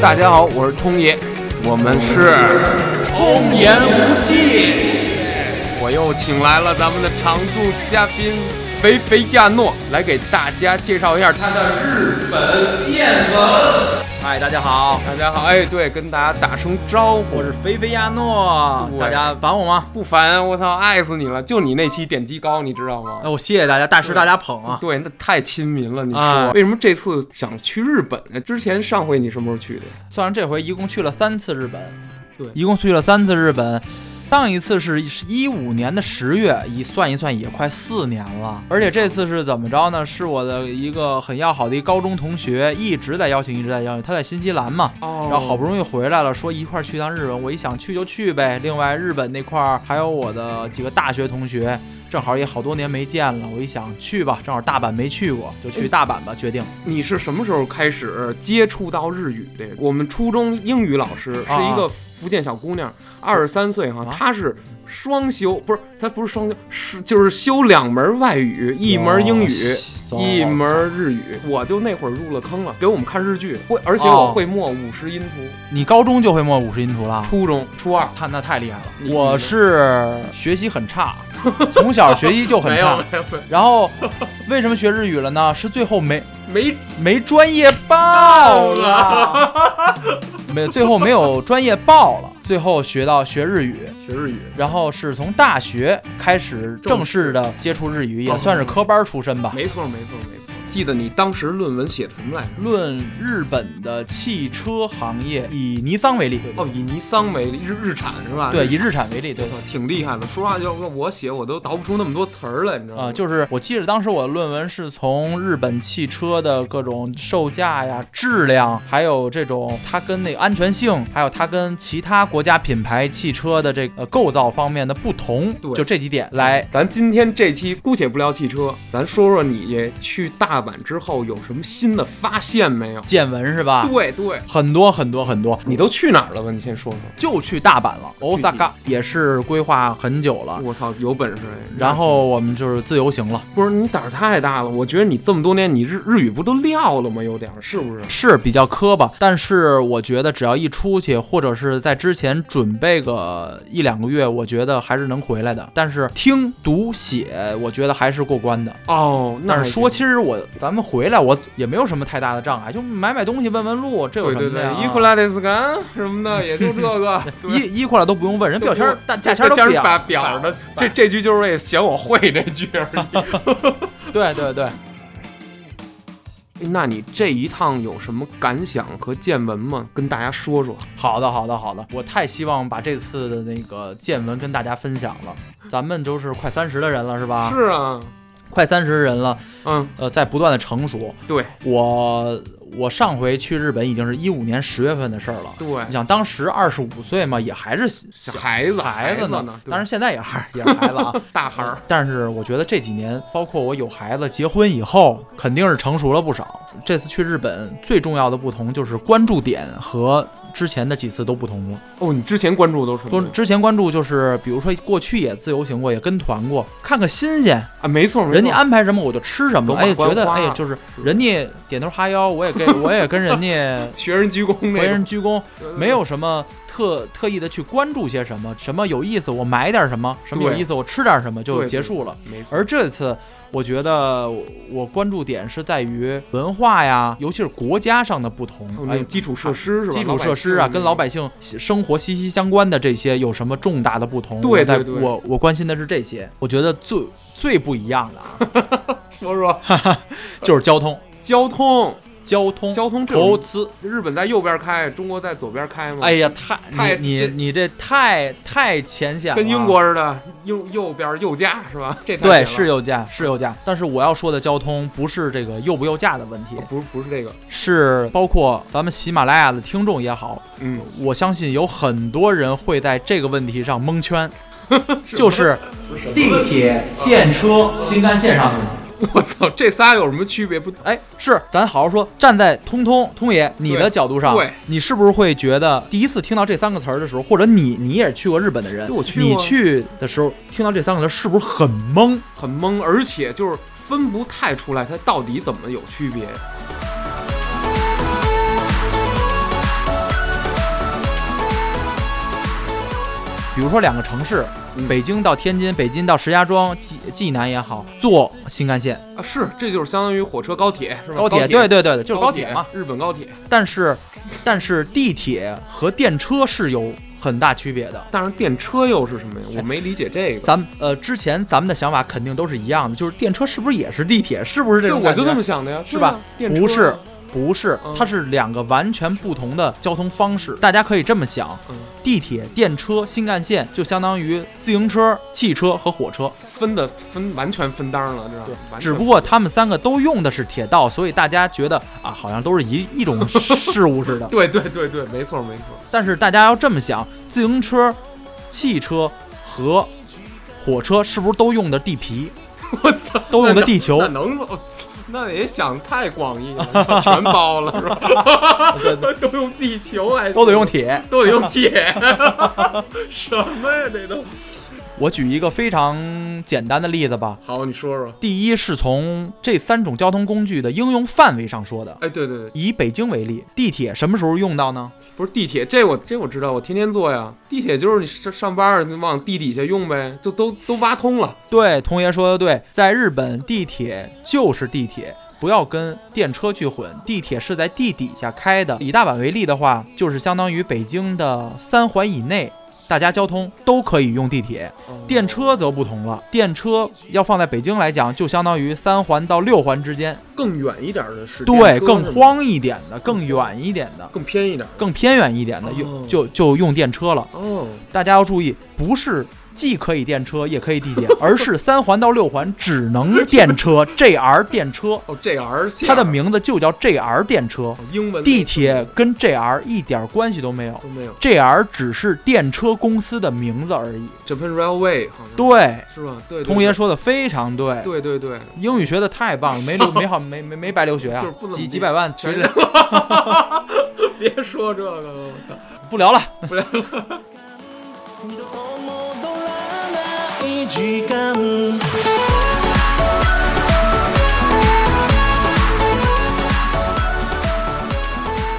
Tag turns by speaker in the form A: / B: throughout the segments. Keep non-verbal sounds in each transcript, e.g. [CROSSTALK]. A: 大家好，我是冲爷，我们是
B: 童言无忌。
A: 我又请来了咱们的常驻嘉宾肥肥亚诺，来给大家介绍一下他的日本见闻。
B: 嗨，大家好，
A: 大家好，哎，对，跟大家打声招呼
B: 我。是菲菲亚诺，
A: 对
B: 大家烦我吗？
A: 不烦，我操，爱死你了！就你那期点击高，你知道吗
B: 哎，？我谢谢大家，大师大家捧啊。
A: 对，那太亲民了。你说
B: 哎
A: 为什么这次想去日本呢？之前上回你什么时候去的？
B: 算上这回一共去了三次日本，
A: 对
B: 一共去了三次日本。上一次是一五年的十月，一算一算也快四年了。而且这次是怎么着呢？是我的一个很要好的一高中同学，一直在邀请，一直在邀请。他在新西兰嘛，
A: 哦
B: 然后好不容易回来了，说一块儿去趟日本。我一想去就去呗。另外日本那块儿还有我的几个大学同学，正好也好多年没见了。我一想去吧，正好大阪没去过，就
A: 嗯
B: 去大阪吧。决定
A: 你是什么时候开始接触到日语这个？我们初中英语老师是一个福建小姑娘，二十三岁哈
B: 啊，
A: 她是双修，不是她不是双修，是就是修两门外语，一门英语。
B: 哦
A: 一门日语，我就那会儿入了坑了，给我们看日剧，会，而且我会默五十音图，
B: 你高中就会默五十音图了？
A: 初中初二
B: 他那太厉害了
A: 你！
B: 我是学习
A: [LAUGHS]
B: 很差，从小学习就很
A: 没有
B: 差。
A: 没有没有
B: 然后为什么学日语了呢？是最后没
A: [LAUGHS] 没
B: 没专业报了， [LAUGHS] 没最后没有专业报了，最后学到学日语。
A: 学日语，
B: 然后是从大学开始正式的接触日语，也算是科班出身吧。
A: 没错没错没错。记得你当时论文写的什么来着？
B: 论日本的汽车行业，以尼桑为例，
A: 哦，以尼桑为例日日产是吧？
B: 对，以日产为例，对
A: 我。操，挺厉害的。说实话，要我写，我都倒不出那么多词儿来，你知道吗？
B: 啊、就是我记得当时我的论文是从日本汽车的各种售价呀、质量，还有这种它跟那个安全性，还有它跟其他国家品牌汽车的这个、呃构造方面的不同
A: 对，
B: 就这几点来。
A: 咱今天这期姑且不聊汽车，咱说说你去大阪之后有什么新的发现没有？
B: 见闻是吧？
A: 对对，
B: 很多很多很多，
A: 你都去哪儿了吧？你先说说。
B: 就去大阪了，Osaka 也是规划很久了。
A: 我操，有本事哎！
B: 啊然后我们就是自由行了，
A: 不是你胆儿太大了，我觉得你这么多年，你日日语不都撂了吗？有点儿是不是？
B: 是比较磕巴，但是我觉得只要一出去，或者是在之前准备个一两个月，我觉得还是能回来的。但是听读写，我觉得还是过关的。
A: 哦，那
B: 但
A: 还
B: 是说，
A: 行
B: 其实我咱们回来，我也没有什么太大的障碍，就买买东西、问问路，这有
A: 对
B: 什
A: 对
B: 么
A: 对
B: 的呀？，啊
A: 伊库拉德斯干什么
B: [LAUGHS]
A: 的，也就这个。对
B: 一一过来都不用问，人标签儿、大价签儿都
A: 加
B: 不
A: 上
B: 一啊样。
A: 把表的，这这句就是为了显我会这句而已。
B: 对对对，
A: 哎那你这一趟有什么感想和见闻吗？跟大家说说。
B: 好的，好的，好的，我太希望把这次的那个见闻跟大家分享了。咱们都是快三十的人了，是吧？
A: 是啊，
B: 快三十人了，
A: 嗯，
B: 呃，在不断的成熟。
A: 对
B: 我我上回去日本已经是一五年十月份的事儿了。
A: 对
B: 你，想当时二十五岁嘛，也还是小
A: 孩子
B: 孩
A: 子
B: 呢，
A: 对
B: 当然现在也还也是孩子啊。
A: 大 [LAUGHS] 孩儿，
B: 但是我觉得这几年，包括我有孩子、结婚以后，肯定是成熟了不少。这次去日本最重要的不同就是关注点和之前的几次都不同了。
A: 哦，你之前关注都是什
B: 说
A: 么
B: 之前关注就是，比如说过去也自由行过，也跟团过，看看新鲜，
A: 啊？没错，没错
B: 人家安排什么我就吃什
A: 走
B: 么，
A: 马
B: 哎，
A: 观
B: 觉得
A: 花
B: 哎就是人家点头哈腰，我也跟 [LAUGHS] 我也
A: [LAUGHS]
B: 跟人家
A: 学人鞠躬
B: 为
A: 那
B: 人鞠躬，
A: 人
B: 没有什么特特意的去关注些什么，什么有意思我买点什么，什么有
A: 对
B: 意思我吃点什么就
A: 对
B: 结束了。
A: 没错，
B: 而这次。我觉得我我关注点是在于文化呀，尤其是国家上的不同。
A: 哦那
B: 哎
A: 种，基础设施是吧？
B: 基础设施啊，跟老
A: 百
B: 百姓生活息息相关的这些有什么重大的不同？
A: 对
B: 我在
A: 对对
B: 我我关心的是这些。我觉得最最不一样的啊，
A: 姓说说
B: 就是交通，
A: 交通，
B: 交通，
A: 交通这
B: 投
A: 种
B: 资。
A: 日本在右边开，中国在左边开吗？
B: 哎，呀，太
A: 太
B: 你
A: 这
B: 你你这太太浅显了，啊
A: 跟英。国似的，右右边右加是吧？这太
B: 对，
A: 简
B: 是
A: 了
B: 右驾，是右驾，但是我要说的交通不是这个右不右驾的问题，
A: 哦不是不是这个，
B: 是包括咱们喜马拉雅的听众也好，
A: 嗯，
B: 我相信有很多人会在这个问题上
A: [LAUGHS]
B: 蒙圈，就是地铁、电车、新干线上的人。
A: [LAUGHS] 我操，这仨有什么区别？不
B: 哎，是，咱好好说。站在通通通爷你的角度上
A: 对，
B: 你是不是会觉得第一次听到这三个词儿的时候，或者你你也是去过日本的人
A: 对我，去过
B: 你去的时候听到这三个词儿是不是很懵？
A: 很懵，而且就是分不太出来它到底怎么有区别。
B: 比如说两个城市，
A: 嗯
B: 北京到天津，北京到石家庄、济济南也好，坐新干线、
A: 啊，是，这就是相当于火车、高铁，是吧？
B: 高铁，
A: 铁，
B: 对对对对，就是
A: 高
B: 高铁嘛。，
A: 日本高铁。
B: 但是，但是地铁和电车是有很大区别的。
A: 但是电车又是什么呀？我没理解这
B: [LAUGHS]
A: 个。
B: 咱们呃，之前咱们的想法肯定都是一样的，就是电车是不是也是地铁？是不是这
A: 对，
B: 种
A: 我
B: 感觉？
A: 就这么想的呀，
B: 是吧
A: 对啊？电车
B: 不是，不是
A: 嗯，
B: 它是两个完全不同的交通方式。大家可以这么想
A: 嗯，
B: 地铁、电车、新干线就相当于自行车、汽车和火车，
A: 分的分完全分当了，知道吗？完全
B: 只不过他们三个都用的是铁道，所以大家觉得啊，好像都是一一种事物
A: [LAUGHS]
B: 似的。
A: [LAUGHS] 对对对对，没错没错。 [LAUGHS]
B: 但是大家要这么想，自行车、汽车和火车是不是都用的地皮，
A: 我操，
B: 都用的地球
A: 那？能，我操那也想太广义了，全包了是吧？
B: [LAUGHS] 对对
A: [LAUGHS] 都用地球还行
B: 都得用，铁。
A: 都得用
B: [LAUGHS]
A: 铁，什么呀这都？
B: 我举一个非常简单的例子吧，
A: 好，你说说。
B: 第一是从这三种交通工具的应用范围上说的。
A: 哎，对对对，
B: 以北京为例，地铁什么时候用到呢？
A: 不是地铁，这我这我知道，我天天坐呀。地铁就是你上上班儿，你往地底下用呗，就都都挖通了。
B: 对，童爷说的对，在日本地铁就是地铁，不要跟电车去混。地铁是在地底下开的。以大阪为例的话，就是相当于北京的三环以内，大家交通都可以用地铁。电车则不同了，电车要放在北京来讲，就相当于三环到六环之间，
A: 更远一点儿的是
B: 对，
A: 电车
B: 更
A: 是吗、
B: 荒一点的，更远一点的。
A: 更偏一点儿。
B: 更偏远一点的，用
A: 哦
B: 就就用电车了。
A: 哦，
B: 大家要注意，不是既可以电车也可以地
A: [LAUGHS]
B: 铁，而是三环到六环只能电车，JR 电车，
A: 哦，JR 线
B: 它的名字就叫 JR 电车。
A: 哦英文
B: 地铁跟 JR 一点关系都没有
A: 都没有
B: ，JR 只是电车公司的名字而已。
A: ，Japan Railway 好像
B: 对，
A: 是吧？嗯对，对
B: 童爷，说的非常对。
A: 对对对，
B: 英语学的太棒了，没
A: [LAUGHS]
B: 留没好没没没白留学啊
A: 就是不，怎么
B: 几
A: 地
B: 几百万学
A: 全
B: 了，
A: 别说这个了，我操！
B: 不聊了。
C: 二度と戻らない時間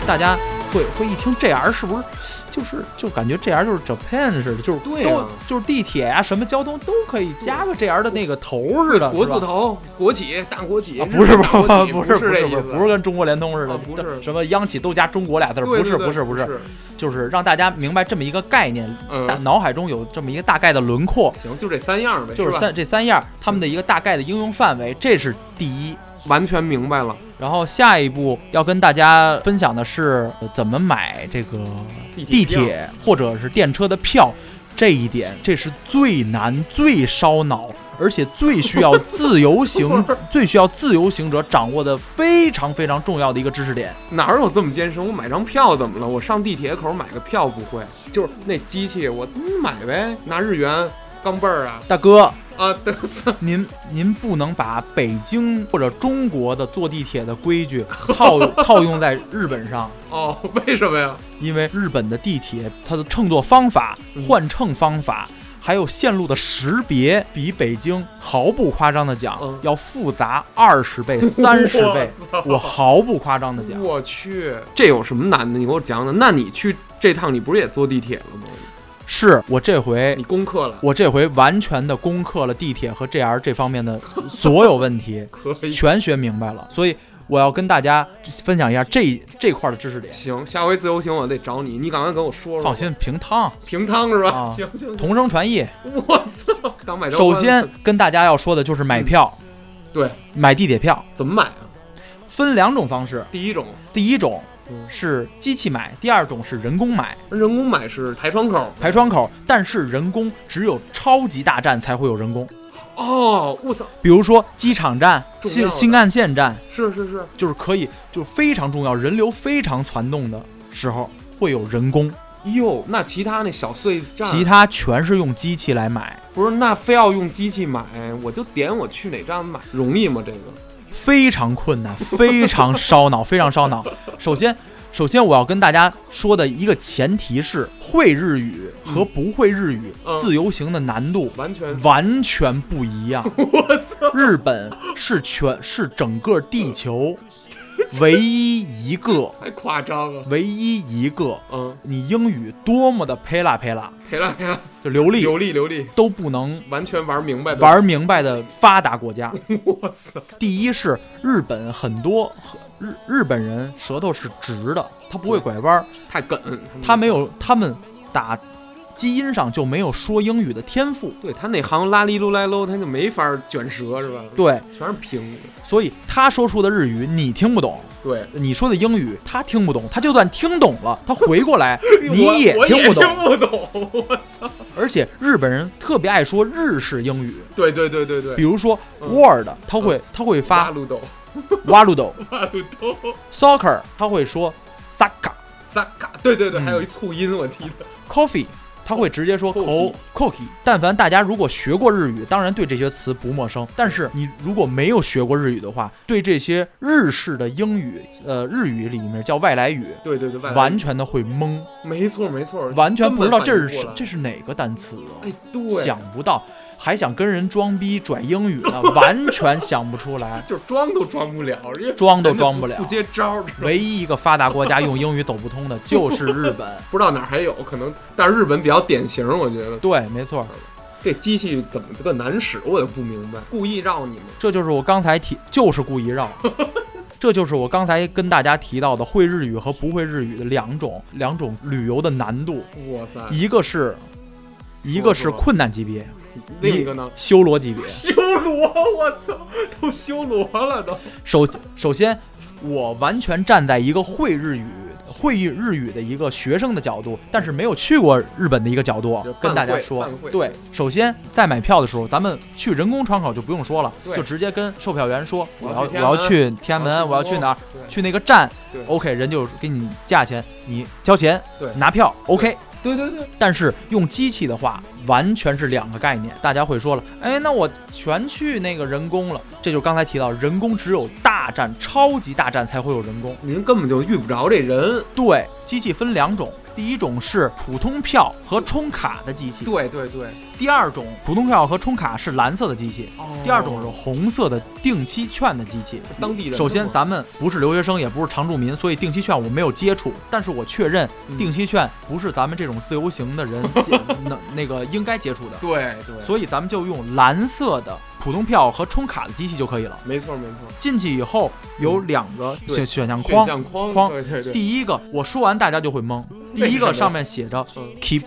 B: 大家会会一听 JR 是不是就是就感觉 JR 就是 Japan 似的，就是
A: 对
B: 都、
A: 啊
B: 就是地铁呀、什么交通都可以加个 JR 的那个头似的，
A: 国字
B: 是吧。
A: 头，国企，大国企
B: 啊，不是
A: 日
B: 不
A: 本国
B: 是
A: 企
B: 不
A: 是
B: 是不
A: 这
B: 是
A: 意
B: 不是
A: 思，
B: 不是跟中国联通似的，
A: 啊不是
B: 什么央企都加中国俩字儿，
A: 对
B: 不是
A: 对
B: 不是
A: 对
B: 不
A: 不
B: 是，，就是让大家明白这么一个概念，大
A: 嗯，
B: 脑海中有这么一个大概的轮廓，
A: 行，就这三样儿呗，
B: 就是
A: 吧
B: 三这三样儿他们的一个大概的应用范围，这是第一。
A: 完全明白了，
B: 然后下一步要跟大家分享的是呃怎么买这个地
A: 地票
B: 铁或者是电车的票，这一点这是最难、最烧脑，而且最需要自由 [LAUGHS] 行、最需要自由行者掌握的非常非常重要的一个知识点。
A: 哪有这么艰深？我买张票怎么了？我上地铁口买个票不会，就是那机器我嗯买呗，拿日元钢镚儿啊
B: 大哥，
A: 啊， [LAUGHS] 对，
B: 您您不能把北京或者中国的坐地铁的规矩套 [LAUGHS] 套用在日本上。
A: 哦，为什么呀？
B: 因为日本的地铁它的乘坐方法
A: 嗯、
B: 换乘方法，还有线路的识别，比北京毫不夸张的讲
A: 嗯
B: 要复杂二十倍、三十倍，我毫不夸张的讲。
A: 我去，这有什么难的？你给我讲讲。那你去这趟，你不是也坐地铁了吗？
B: 是我这回
A: 你，攻克了，
B: 我这回完全的攻克了地铁和 JR 这方面的 [LAUGHS] 所有问题，
A: 可以。
B: 全学明白了，所以。我要跟大家分享一下这这块的知识点，
A: 行，下回自由行我得找你，你赶快跟我说说。
B: 放，心，平汤，
A: 平汤是吧？
B: 啊
A: 行行，
B: 同声传
A: 嗯
B: 译。
A: 我操，当买张
B: 首
A: 关
B: 先跟大家要说的就是买票，
A: 对，
B: 买地铁票。
A: 怎么买啊？
B: 分两种方式，
A: 第一种，
B: 第一种
A: 嗯
B: 是机器买，第二种是人工买，
A: 人工买是排窗口，
B: 排窗口。但是人工只有超级大站才会有人工，
A: 哦，我操，
B: 比如说机场站、
A: 重要
B: 新
A: 的
B: 新干线站，
A: 是是是，
B: 就是可以，就是非常重要，人流非常攒动的时候会有人工，
A: 哟，那其他那小碎站，
B: 其他全是用机器来买，
A: 不是那非要用机器买，我就点我去哪站买，容易吗？这个
B: 非常
A: [LAUGHS]
B: 困难，非常烧脑，非常烧脑。首先。首先，我要跟大家说的一个前提是，会日语和不会日语
A: 嗯
B: 自由行的难度
A: 完全
B: 完全不一样。日本是全是整个地球唯一一个，
A: 太夸张了。
B: 唯一一个，
A: 嗯，
B: 你英语多么的呸啦呸啦，
A: 赔了赔了，
B: 就流利
A: 流利流利，
B: 都不能
A: 完全玩明白的。
B: 玩明白的发达国家。
A: 我操，
B: 第一是日本很多日日本人舌头是直的，他不会拐弯儿，
A: 太梗，
B: 他没有他们打基因上就没有说英语的天赋。
A: 对他那行拉哩噜来喽，他就没法卷舌是吧？，
B: 对，
A: 全是平的。
B: 所以他说出的日语你听不懂，
A: 对，
B: 你说的英语他听不懂，他就算听懂了，他回过 [LAUGHS] 来你
A: 也
B: 也听不懂。
A: 不懂。我操，
B: 而且日本人特别爱说日式英语，
A: 对对对对
B: 比
A: 对，
B: 如说
A: 嗯
B: word，他会他会
A: 八
B: 发
A: 路斗，
B: waludo，soccer
A: 八路斗，
B: 他会说 saka。
A: 三卡，对对对，
B: 嗯
A: 还有一促音，我记得。
B: coffee，他会直接说
A: Coffee
B: co cookie。但凡大家如果学过日语，当然对这些词不陌生。但是你如果没有学过日语的话，对这些日式的英语，呃，日语里面叫外来语，
A: 对对对，外来
B: 完全的会懵，
A: 没错没错，
B: 完全不知道这是
A: 根
B: 什
A: 本反
B: 这
A: 应
B: 是哪个单词啊
A: 不过来。哎，对，
B: 想不到，还想跟人装逼拽英语
A: [LAUGHS]
B: 呢，完全想不出来，
A: 就装都装不了，人家
B: 装都装不了
A: 不。接招，知道吗
B: 唯一一个发达国家用英语走不通的就是日
A: [LAUGHS]
B: 本。
A: 不知道哪儿还有可能，但是日本比较典型，我觉得
B: 对，没错。
A: 这机器怎么这个难使，我也不明白，故意绕你们。
B: 这就是我刚才提，就是故意
A: [LAUGHS]
B: 绕。这就是我刚才跟大家提到的会日语和不会日语的两种两种旅游的难度，
A: 哇塞，
B: 一个是一个是困难级别，
A: 另一个呢？
B: 修罗级别。
A: 修罗，我操，都修罗了都。
B: 首首先，我完全站在一个会日语会日语的一个学生的角度，但是没有去过日本的一个角度
A: 就半
B: 跟大家
A: 会
B: 说
A: 半会。
B: 对，首先在买票的时候，咱们去人工窗口就不用说了，
A: 对
B: 就直接跟售票员说我
A: 我
B: 要
A: 要
B: 我
A: 去
B: 要去天安门，我要去哪儿。去那个站
A: 对
B: ，OK，人就给你价钱，你交钱，
A: 对
B: 拿票，OK。
A: 对对对，
B: 但是用机器的话，完全是两个概念。大家会说了，哎，那我全去那个人工了，这就刚才提到，人工只有大站、超级大站才会有人工。
A: 您根本就遇不着这人。
B: 对，机器分两种，第一种是普通票和充卡的机器，
A: 对对对，
B: 第二种普通票和充卡是蓝色的机器，
A: 哦
B: 第二种是红色的定期券的机器。
A: 当地人。
B: 首先，咱们不是留学生，也不是常住民，所以定期券我没有接触。但是我确认，
A: 嗯
B: 定期券不是咱们这种自由行的人
A: [LAUGHS]
B: 接那那个应该接触的，
A: 对对，
B: 所以咱们就用蓝色的普通票和充卡的机器就可以了。
A: 没错没错，
B: 进去以后有两个
A: 嗯对
B: 选选项
A: 选
B: 框，
A: 项框
B: 框
A: 对对对。
B: 第一个我说完大家就会懵，第一
A: 为什么
B: 个上面写着
A: 嗯，
B: keep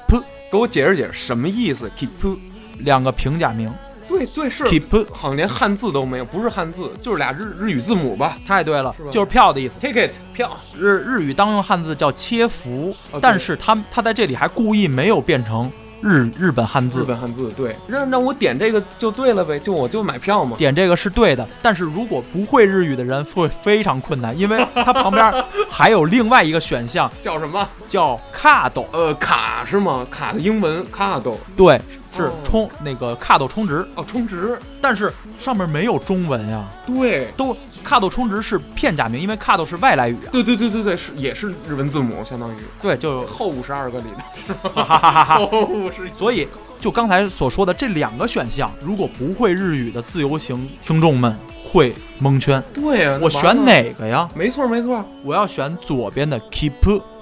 A: 给我解释解释什么意思？keep，
B: 两个平假名
A: 对对是
B: keep，
A: 好像连汉字都没有，不是汉字，就是俩日日语字母吧
B: 太对了
A: 是吧，
B: 就是票的意思。
A: ？ticket 票，
B: 日日语当用汉字叫切符
A: 哦，
B: 但是他他在这里还故意没有变成日日本汉
A: 日
B: 字。
A: 本汉字，对，让让我点这个就对了呗，就我就买票嘛。
B: 点这个是对的，但是如果不会日语的人会非常困难，因为它旁边还有另外一个选项
A: 叫什么？
B: 叫卡斗，
A: 呃，卡是吗？卡的英文卡豆
B: 对，是
A: 哦
B: 充那个卡斗充值，
A: 哦，充值。
B: 但是上面没有中文呀，
A: 对，
B: 都卡斗充值是片假名，因为卡斗是外来语啊，
A: 对对对对对，是也是日文字母，相当于
B: 对，就
A: 后五十二个里的
B: 哈哈哈哈。
A: 后五十一。
B: 所以，就刚才所说的这两个选项，如果不会日语的自由行听众们会蒙圈。
A: 对呀、那
B: 我
A: 完
B: 选
A: 了？
B: 哪个呀？
A: 没错没错。
B: 我要选左边的 keep，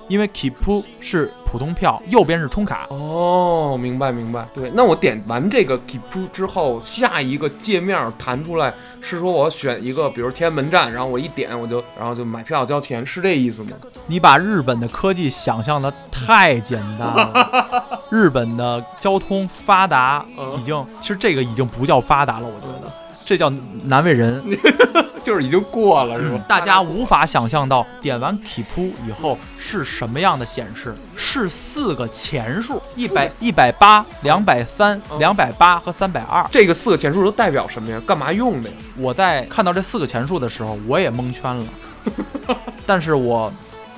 B: 因为 keep 是普通票，右边是充卡。
A: 哦，明白明白。对，那我点完这个 keep 之后，下一个界面弹出来是说我要选一个，比如天安门站，然后我一点我就然后就买票交钱，是这意思吗？
B: 你把日本的科技想象的太简单了。
A: [LAUGHS]
B: 日本的交通发达
A: 嗯
B: 已经，其实这个已经不叫发达了，我觉得这叫难为
A: [LAUGHS]
B: 人。
A: [LAUGHS] 就是已经过了是吧？
B: 大家无法想象到点完 keep 以后是什么样的显示，是四个钱数，一百一百八、两百三、
A: 嗯
B: 两百八和三百二。
A: 这个四个钱数都代表什么呀？干嘛用的呀？
B: 我在看到这四个钱数的时候，我也蒙圈了，但是我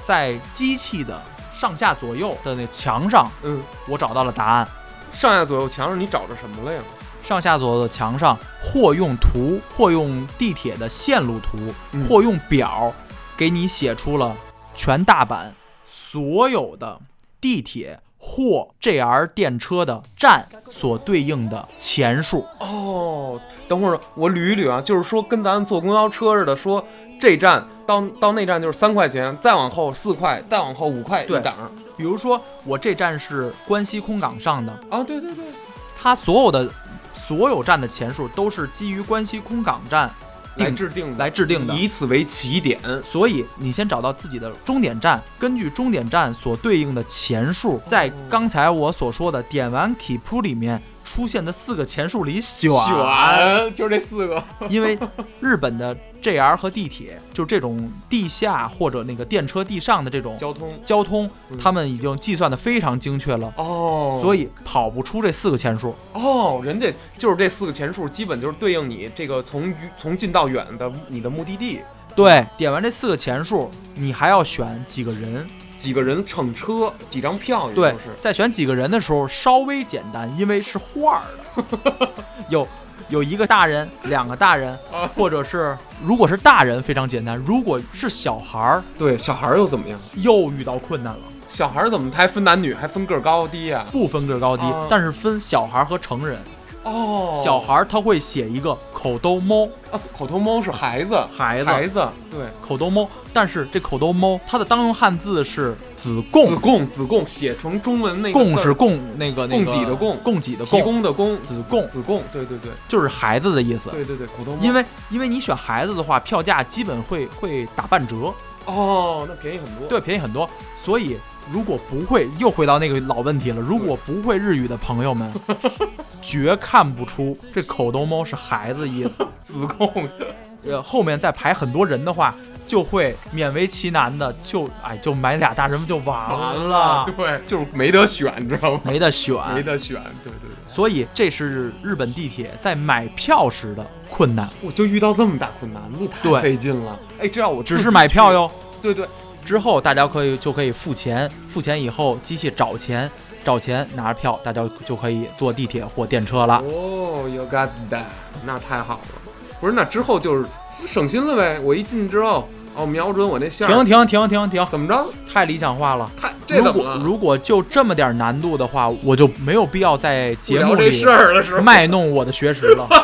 B: 在机器的上下左右的那墙上，
A: 嗯，
B: 我找到了答案。
A: 上下左右墙上你找着什么了呀？
B: 上下左右的墙上，或用图，或用地铁的线路图，
A: 嗯
B: 或用表，给你写出了全大阪所有的地铁或 JR 电车的站所对应的钱数。
A: 哦，等会儿我捋一捋啊，就是说跟咱坐公交车似的，说这站到到那站就是三块钱，再往后四块，再往后五块一
B: 对
A: 档
B: 比如说我这站是关西空港上的，
A: 啊，对对对，
B: 它所有的所有站的钱数都是基于关西空港站
A: 来
B: 定
A: 制定的
B: 来制定的。
A: 以此为起点，
B: 所以你先找到自己的终点站，根据终点站所对应的钱数，在刚才我所说的点完 keep 里面出现的四个钱
A: [LAUGHS]
B: 数里选，
A: 选就这四个，
B: 因为日本的 JR 和地铁就这种地下或者那个电车地上的这
A: [LAUGHS]
B: 种
A: 交通
B: 交通
A: 嗯，
B: 他们已经计算的非常精确了。
A: 哦，
B: 所
A: 以
B: 以跑不出这四个钱数，
A: 哦，人家就是这四个钱数，基本就是对应你这个从从近到远的你的目的地，
B: 对，点完这四个钱数，你还要选几个人，
A: 几个人乘车，几张票，也
B: 对
A: 就是，
B: 在选几个人的时候稍微简单，因为是画儿的，
A: [LAUGHS]
B: 有有一个大人，两个大人
A: 啊，
B: 或者是如果是大人非常简单，如果是小孩儿
A: 对，小孩儿又怎么样？
B: 又遇到困难了，
A: 小孩儿怎么还分男女，还分个儿高低呀、
B: 不分个儿高低
A: 啊，
B: 但是分小孩儿和成人。
A: 哦
B: 小孩儿他会写一个口兜猫
A: 啊，口头猫是孩子，
B: 孩
A: 孩
B: 子
A: 子，对，
B: 口兜猫，但是这口兜猫它的当用汉字是子贡
A: 子，贡，子贡写成中文那个
B: 贡
A: 字儿
B: 是贡那个那个
A: 供给的供
B: 供给的
A: 提
B: 供，
A: 供的供，
B: 子贡
A: 子贡，对对对
B: 就是孩子的意思。
A: 对对对，口头猫，
B: 因为因为你选孩子的话，票价基本会会打半折，
A: 哦，那便宜很多，
B: 对，便宜很多。所以如果不会，又回到那个老问题了，如果不会日语的朋友们，绝看不出这口头猫是孩子意思。
A: 子贡，
B: 呃，后面再排很多人的话，就会勉为其难的就哎就买俩大人不就完了，
A: [LAUGHS] 对，就是没得选，你知道吗？
B: 没得选。
A: 没得选，对对对，
B: 所以这是日本地铁在买票时的困难，
A: 我就遇到这么大困难，那太
B: 对
A: 费劲了。哎，这要我
B: 只是买票，哟。啊
A: 对对，
B: 之后大家可以就可以付钱，付钱以后机器找钱，找钱拿着票，大家就可以坐地铁或电车了。
A: 哦，you got that，那太好了。不是，那之后就是省心了呗。我一进之后，哦，瞄准我那线儿，
B: 停停停停停，
A: 怎么着？
B: 太理想化了。
A: 太这
B: 如
A: 怎么
B: 果
A: 了？
B: 如果就这么点难度的话，我就没有必要在节目
A: 不聊这
B: 里
A: 事儿了是吧？
B: 卖弄我的学识了。
A: [LAUGHS]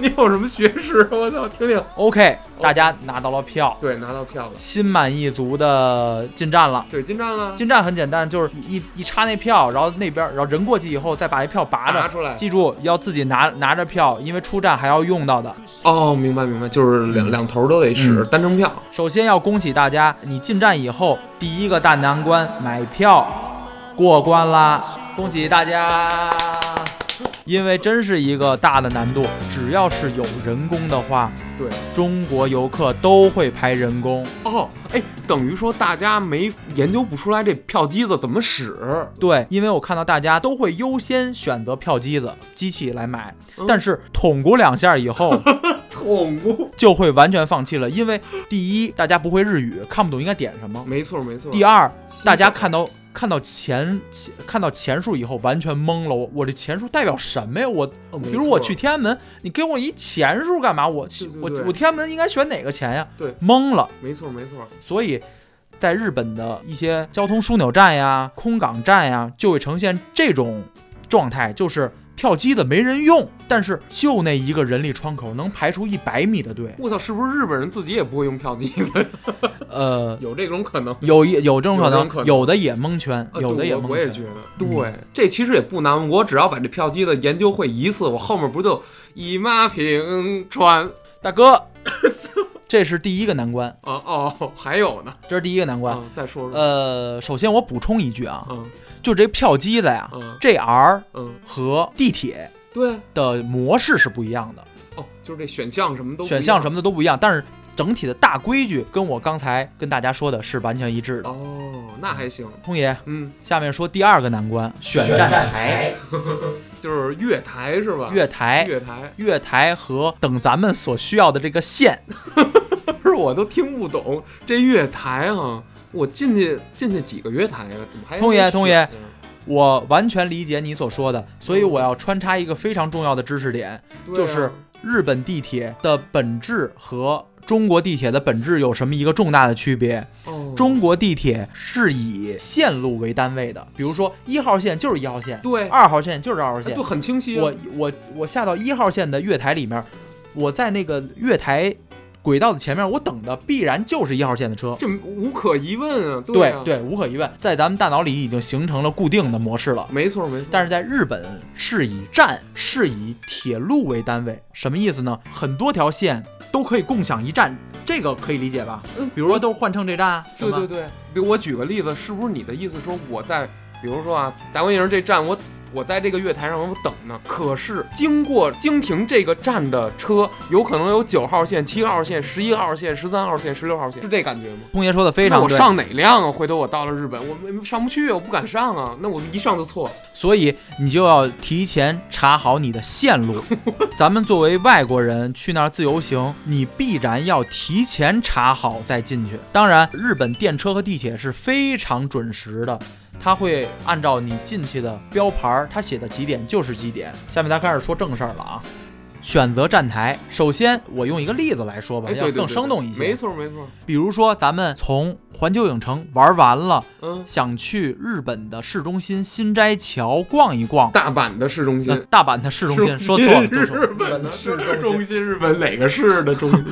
A: 你有什么学识？我操，听听。
B: OK，大家拿到了票，
A: 对，拿到票了，
B: 心满意足的进站了。
A: 对，进站了，
B: 进站很简单，就是一一插那票，然后那边，然后人过去以后再把那票拔
A: 拿
B: 着。
A: 出来。
B: 记住要自己拿拿着票，因为出站还要用到的。
A: 哦，明白明白，就是两两头都得使
B: 嗯
A: 单程票。
B: 首先要恭喜大家，你进站以后第一个大难关买票过关啦！恭喜大家！因为真是一个大的难度，只要是有人工的话，
A: 对，
B: 中国游客都会排人工。
A: 哦，哎，等于说大家没研究不出来这票机子怎么使。
B: 对，因为我看到大家都会优先选择票机子机器来买
A: 嗯，
B: 但是捅咕两下以后
A: 痛不？
B: 就会完全放弃了，因为第一，大家不会日语，看不懂应该点什么；
A: 没错没错。
B: 第二，
A: 新手
B: 大家看到看到钱钱看到钱数以后完全懵了，我我这钱数代表什么呀？我
A: 哦，比
B: 比如我去天安门，你给我一钱数干嘛？我去
A: 对
B: 我
A: 对
B: 我天安门应该选哪个钱呀？
A: 对
B: 懵了。
A: 没错没错，
B: 所以在日本的一些交通枢纽站呀、空港站呀，就会呈现这种状态，就是票机子没人用，但是就那一个人力窗口能排出一百米的
A: [LAUGHS]
B: 队。
A: 我操，是不是日本人自己也不会用票机子？
B: 呃，
A: 有这种可能？
B: [LAUGHS] 有一有这种可
A: 有这种
B: 能
A: 可，能
B: 有的也蒙圈，
A: 啊
B: 有的
A: 对
B: 也
A: 我
B: 蒙
A: 我也觉
B: 圈。嗯
A: 得，对，这其实也不难。我只要把这票机子研究会一次，我后面不就一马平川
B: 大哥，
A: [LAUGHS]
B: 这是第一个难关，
A: 啊？哦，还有呢，
B: 这是第一个难关。
A: 啊，再说说，
B: 呃，首先我补充一句啊，
A: 嗯
B: 就这票机子呀
A: 嗯
B: ，JR
A: 嗯，
B: 和地铁
A: 对，
B: 的模式是不一样的。
A: 哦，就是这选项什么都
B: 选项什
A: 么
B: 么的都不一样，但是整体的大规矩跟我刚才跟大家说的是完全一致的。
A: 哦，那还行，
B: 通爷，
A: 嗯，
B: 下面说第二个难关，选站台、
A: 就是月台是吧？
B: 月台、
A: 月台， [LAUGHS]
B: 月台和等咱们所需要的这个线。
A: 不是我都听不懂这月台啊。我进去进去几个月台啊？怎么还
B: 通爷
A: 没
B: 通爷
A: 选呢
B: 我完全理解你所说的，所
A: 嗯
B: 以我要穿插一个非常重要的知识点，
A: 对啊
B: 就是日本地铁的本质和中国地铁的本质有什么一个重大的区别？
A: 哦
B: 中国地铁是以线路为单位的，比如说一号线就是一号线，
A: 对哎
B: 二号线就是二号线
A: 就，很清晰啊。
B: 我我我下到一号线的月台里面，我在那个月台轨道的前面，我等的必然就是一号线的车。
A: 这无可疑问啊，
B: 对
A: 啊，
B: 对，无可疑问，在咱们大脑里已经形成了固定的模式了。
A: 没错没错。
B: 但是在日本是以站是以铁路为单位，什么意思呢？很多条线都可以共享一站，这个可以理解吧？
A: 嗯
B: 比如说都换乘这站啊，
A: 对
B: 什么
A: 对对，比如我举个例子，是不是你的意思说我在，比如说啊，大观营这站我。我在这个月台上我等呢，可是经过经停这个站的车，有可能有九号线、七号线、十一号线、十三号线、十六号线，是这感觉吗？
B: 通爷说的非常
A: 那我
B: 对。
A: 上哪辆啊？回头我到了日本，我没上不去，我不敢上啊。那我一上就错了。
B: 所以你就要提前查好你的
A: [LAUGHS]
B: 线路。咱们作为外国人去那儿自由行，你必然要提前查好再进去。当然，日本电车和地铁是非常准时的。它会按照你进去的标牌儿，它写的几点就是几点。下面咱开始说正事儿了啊，选择站台。首先，我用一个例子来说吧，
A: 哎，对
B: 要
A: 对对
B: 更
A: 对
B: 生动一些。
A: 没错没错，
B: 比如说咱们从环球影城玩完了，
A: 嗯，
B: 想去日本的市中心新斋桥逛一逛，
A: 大阪的市中心
B: 那，大阪的市中心，说错了，说错了
A: 日本的市中
B: 心，
A: 心，日本哪个市的中心？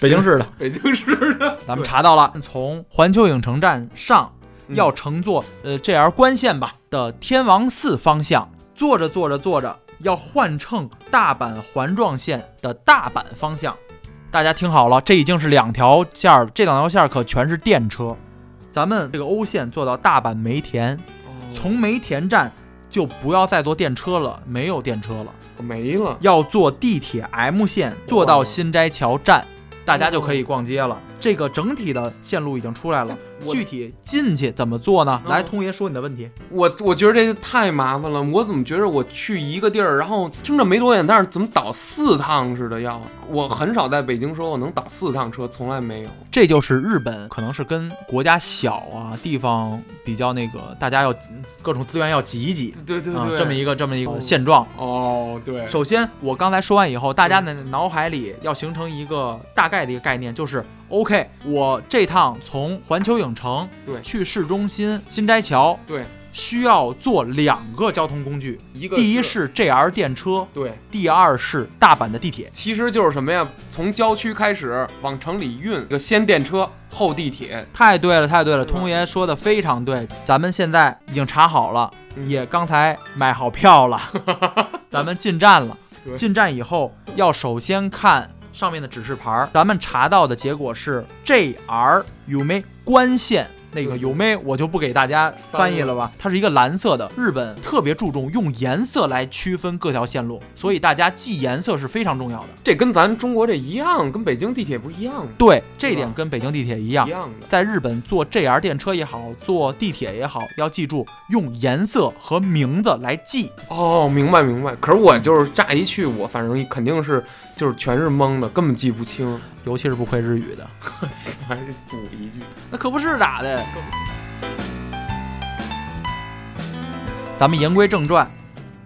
B: 北京市的，
A: 北京市的。
B: 咱们
A: 对嗯
B: 查到了。从环球影城站上要乘坐呃 JR 关线吧的天王寺方向，坐着坐着坐着要换乘大阪环状线的大阪方向。大家听好了，这已经是两条线儿，这两条线儿可全是电车。咱们这个欧线坐到大阪梅田，
A: 哦
B: 从梅田站就不要再坐电车了，没有电车了。
A: 没了。
B: 要坐地铁 M 线坐到新斋桥站，大家就可以逛街了。这个整体的线路已经出来了，
A: 我
B: 具体进去怎么做呢？
A: 嗯
B: 来，通爷说你的问题。
A: 我我觉得这太麻烦了，我怎么觉着我去一个地儿，然后听着没多远，但是怎么倒四趟似的要？我很少在北京说我能倒四趟车，从来没有。
B: 这就是日本，可能是跟国家小啊，地方比较那个，大家要各种资源要挤一挤
A: 对对对，
B: 啊，这么一个这么一
A: 哦
B: 个现状。
A: 哦，对，
B: 首先，我刚才说完以后，大家的脑海里要形成一个大概的一个概念，就是 OK，我这趟从环球影城
A: 对
B: 去市中心新斋桥，
A: 对，
B: 需要坐两个交通工具，
A: 一个
B: 第一是 JR 电车，
A: 对，
B: 第二是大阪的地铁。
A: 其实就是什么呀？从郊区开始往城里运，这个先电车后地铁，
B: 太对了，太对了，
A: 是吧
B: 通爷说的非常对。咱们现在已经查好了，
A: 嗯
B: 也刚才买好票 [LAUGHS] 了，咱们进站了
A: 对。
B: 进站以后要首先看上面的指示牌儿，咱们查到的结果是 JR 有没关线。那个
A: 对
B: 有没我就不给大家翻译了吧，它是一个蓝色的。日本特别注重用颜色来区分各条线路，所以大家记颜色是非常重要的。
A: 这跟咱中国这一样，跟北京地铁不是一样吗？
B: 对，嗯这
A: 是吧
B: 点跟北京地铁一样
A: 一。样的。
B: 在日本坐 JR 电车也好，坐地铁也好，要记住用颜色和名字来记。
A: 哦，明白明白。可是我就是乍一去，我反正肯定是就是全是懵的，根本记不 [LAUGHS] 清。
B: 尤其是不会日语的，
A: 还是哎补一句，
B: 那可不是咋的。咱们言归正传，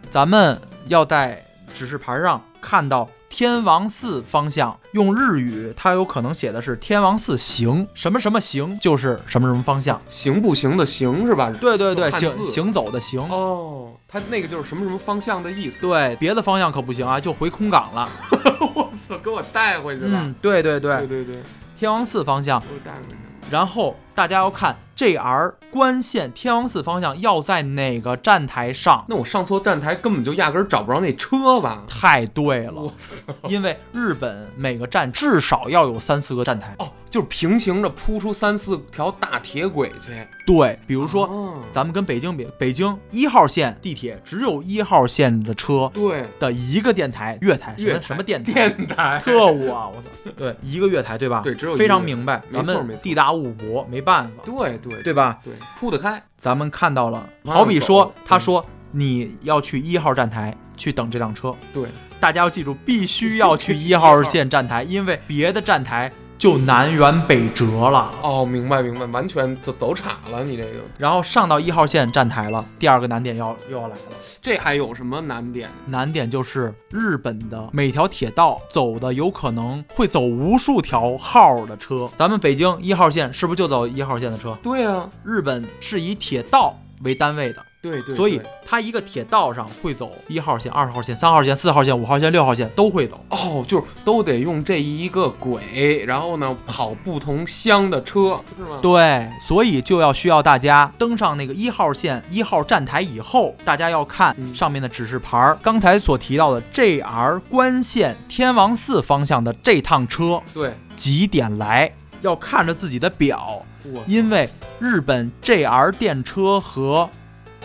B: 咱们要在指示牌上看到天王寺方向，用日语它有可能写的是天王寺行什么什么行，就是什么什么方向。
A: 行不行的行是吧？
B: 对对对，
A: 汉
B: 行
A: 字
B: 行走的行。
A: 哦，它那个就是什么什么方向的意思。
B: 对，别的方向可不行啊，就回空港了。
A: [LAUGHS] 我操，给我带回去了。
B: 嗯，对对对
A: 对，对对，
B: 天王寺方向
A: 给。我带回去了。
B: 然后大家要看 JR 关线天王寺方向要在哪个站台上。
A: 那我上错站台，根本就压根儿找不着那车吧？
B: 太对
A: [LAUGHS] 我
B: 了，
A: 操！
B: 因为日本每个站至少要有三四个站台。
A: 哦，就是平行着铺出三四条大铁轨去。比
B: 对，比如说。
A: 哦、
B: 咱们跟北京比，北京一号线地铁只有一号线的车
A: 对
B: 的一个电台月台，什
A: 月
B: 么
A: 台
B: 什么电台，
A: 电台
B: 特务啊！我操，对，一个月台对吧？
A: 对只有一个
B: 非常
A: 月台
B: 明白，
A: 没
B: 咱
A: 错没
B: 们
A: 错
B: 地大物博，没办法，
A: 对对
B: 对吧？
A: 对，铺得开。
B: 咱们看到了，
A: 往上
B: 好比说
A: 走，嗯
B: 他说你要去一号站台去等这
A: [LAUGHS]
B: 辆车，
A: 对，
B: 大家要记住，必须要去一号线站台，因为别的站台就南辕北辙了。
A: 哦，明白明白，完全走走岔了，你这个
B: 然后上到一号线站台了，第二个难点要又要来了，
A: 这还有什么难点？
B: 难点就是日本的每条铁道走的有可能会走无数条号的车，咱们北京一号线是不是就走一号线的车？
A: 对啊，
B: 日本是以铁道为单位的，
A: 对对，
B: 所以
A: 对
B: 它一个铁道上会走一号线、二号线、三号线、四号线、五号线、六号线都会走。
A: 哦，就是都得用这一个轨，然后呢跑不同乡的车，是吗？
B: 对，所以就要需要大家登上那个一号线一号站台以后，大家要看
A: 嗯
B: 上面的指示牌儿。刚才所提到的 JR 关线天王寺方向的这趟车
A: 对，
B: 几点来？要看着自己的表，
A: 我
B: 因为日本 JR 电车和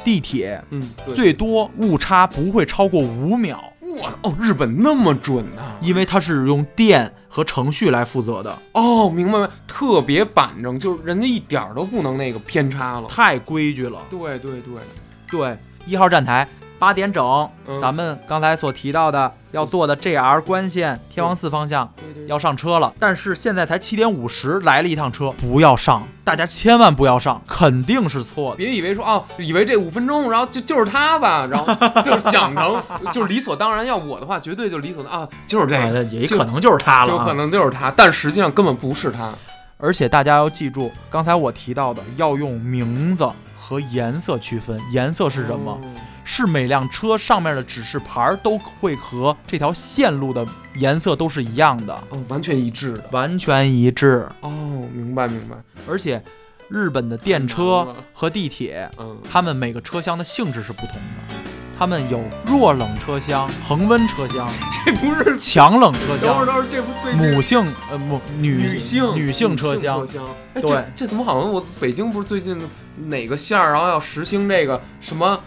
B: 地铁
A: 嗯，对，
B: 最多误差不会超过五秒，
A: 哇哦，日本那么准啊呐、
B: 因为它是用电和程序来负责的，
A: 哦，明白了，特别板正，就是人家一点儿都不能那个偏差了。
B: 太规矩了。
A: 对对对，
B: 对，一号站台八点整，
A: 嗯
B: 咱们刚才所提到的要坐的 JR 关线天王寺方向
A: 对对
B: 要上车了，但是现在才七点五十来了一趟车，不要上，大家千万不要上，肯定是错的。
A: 别以为说哦，以为这五分钟，然后就就是他吧，然后就是 [LAUGHS] 想成就是理所当然。要我的话，绝对就理所当啊，就是这个，
B: 啊也可能就是它了、
A: 就
B: 啊，
A: 可能就是他，但实际上根本不是他。
B: 而且大家要记住，刚才我提到的要用名字和颜色区分，颜色是什么？
A: 哦
B: 是每辆车上面的指示牌儿都会和这条线路的颜色都是一样的，
A: 哦，完全一致的。
B: 完全一致。
A: 哦，明白明白。
B: 而且，日本的电
A: 太难
B: 车
A: 了
B: 和地铁，
A: 嗯，
B: 它们每个车厢的性质是不同的，它们有弱冷车厢、恒温车厢、
A: 这不是
B: 强冷车
A: 等会儿
B: 厢、
A: 等会儿，这不最近
B: 母性呃母女
A: 女性
B: 女性车
A: 厢
B: 厢。。
A: 哎，
B: 对
A: 这这怎么好像我北京不是最近哪个县儿，然后要实行这个什么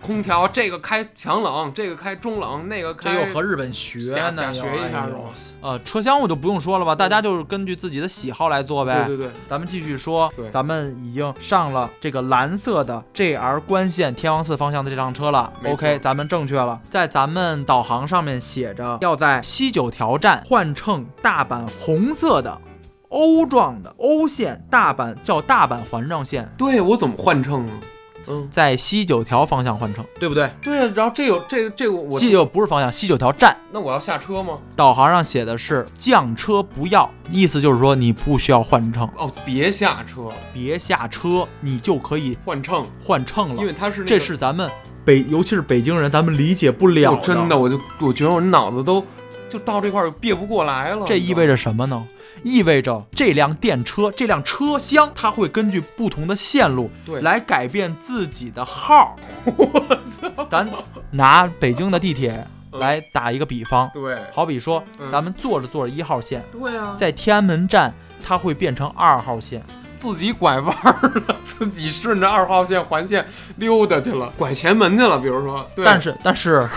A: 空调，这个开强冷，这个开中冷，那个
B: 这
A: 开
B: 又和日本学
A: 假
B: 呢，
A: 假
B: 又
A: 学一下
B: 哎
A: 是
B: 呦
A: 吧
B: 呃，车厢我就不用说了吧，大家就是根据自己的喜好来做呗。
A: 对对对，
B: 咱们继续说
A: 对，
B: 咱们已经上了这个蓝色的 JR 关线天王寺方向的这趟车了。
A: 没错
B: OK，咱们正确了，在咱们导航上面写着要在西九条站换乘大阪红色的欧状的欧线大阪叫大阪环状线，
A: 对我怎么换乘啊？嗯，
B: 在西九条方向换乘，对不对？
A: 对啊，然后这有这个这个我
B: 西九不是方向，西九条站。
A: 那我要下车吗？
B: 导航上写的是降车不要，意思就是说你不需要换乘，
A: 哦，别下车，
B: 别下车，你就可以
A: 换乘，
B: 换乘了
A: 因。为它是那个
B: 这是咱们北，尤其是北京人，咱们理解不了
A: 我哦真的，
B: 的。
A: 我就我觉得我脑子都就到这块儿憋不过来了。
B: 这意味
A: 着
B: 着什么呢？意味着这辆电车、这辆车厢，它会根据不同的线路
A: 对
B: 来改变自己的号。
A: [LAUGHS]
B: 我操！咱拿北京的地铁来打一个比方，
A: 嗯对
B: 好比说
A: 嗯，
B: 咱们坐着坐着一号线，
A: 对啊，
B: 在天安门站，它会变成二号线。
A: 自己拐弯儿了， [LAUGHS] 自己顺着二号线环线溜达去了，拐前门去了。比如说，对
B: 但是，
A: [LAUGHS]
B: 但是，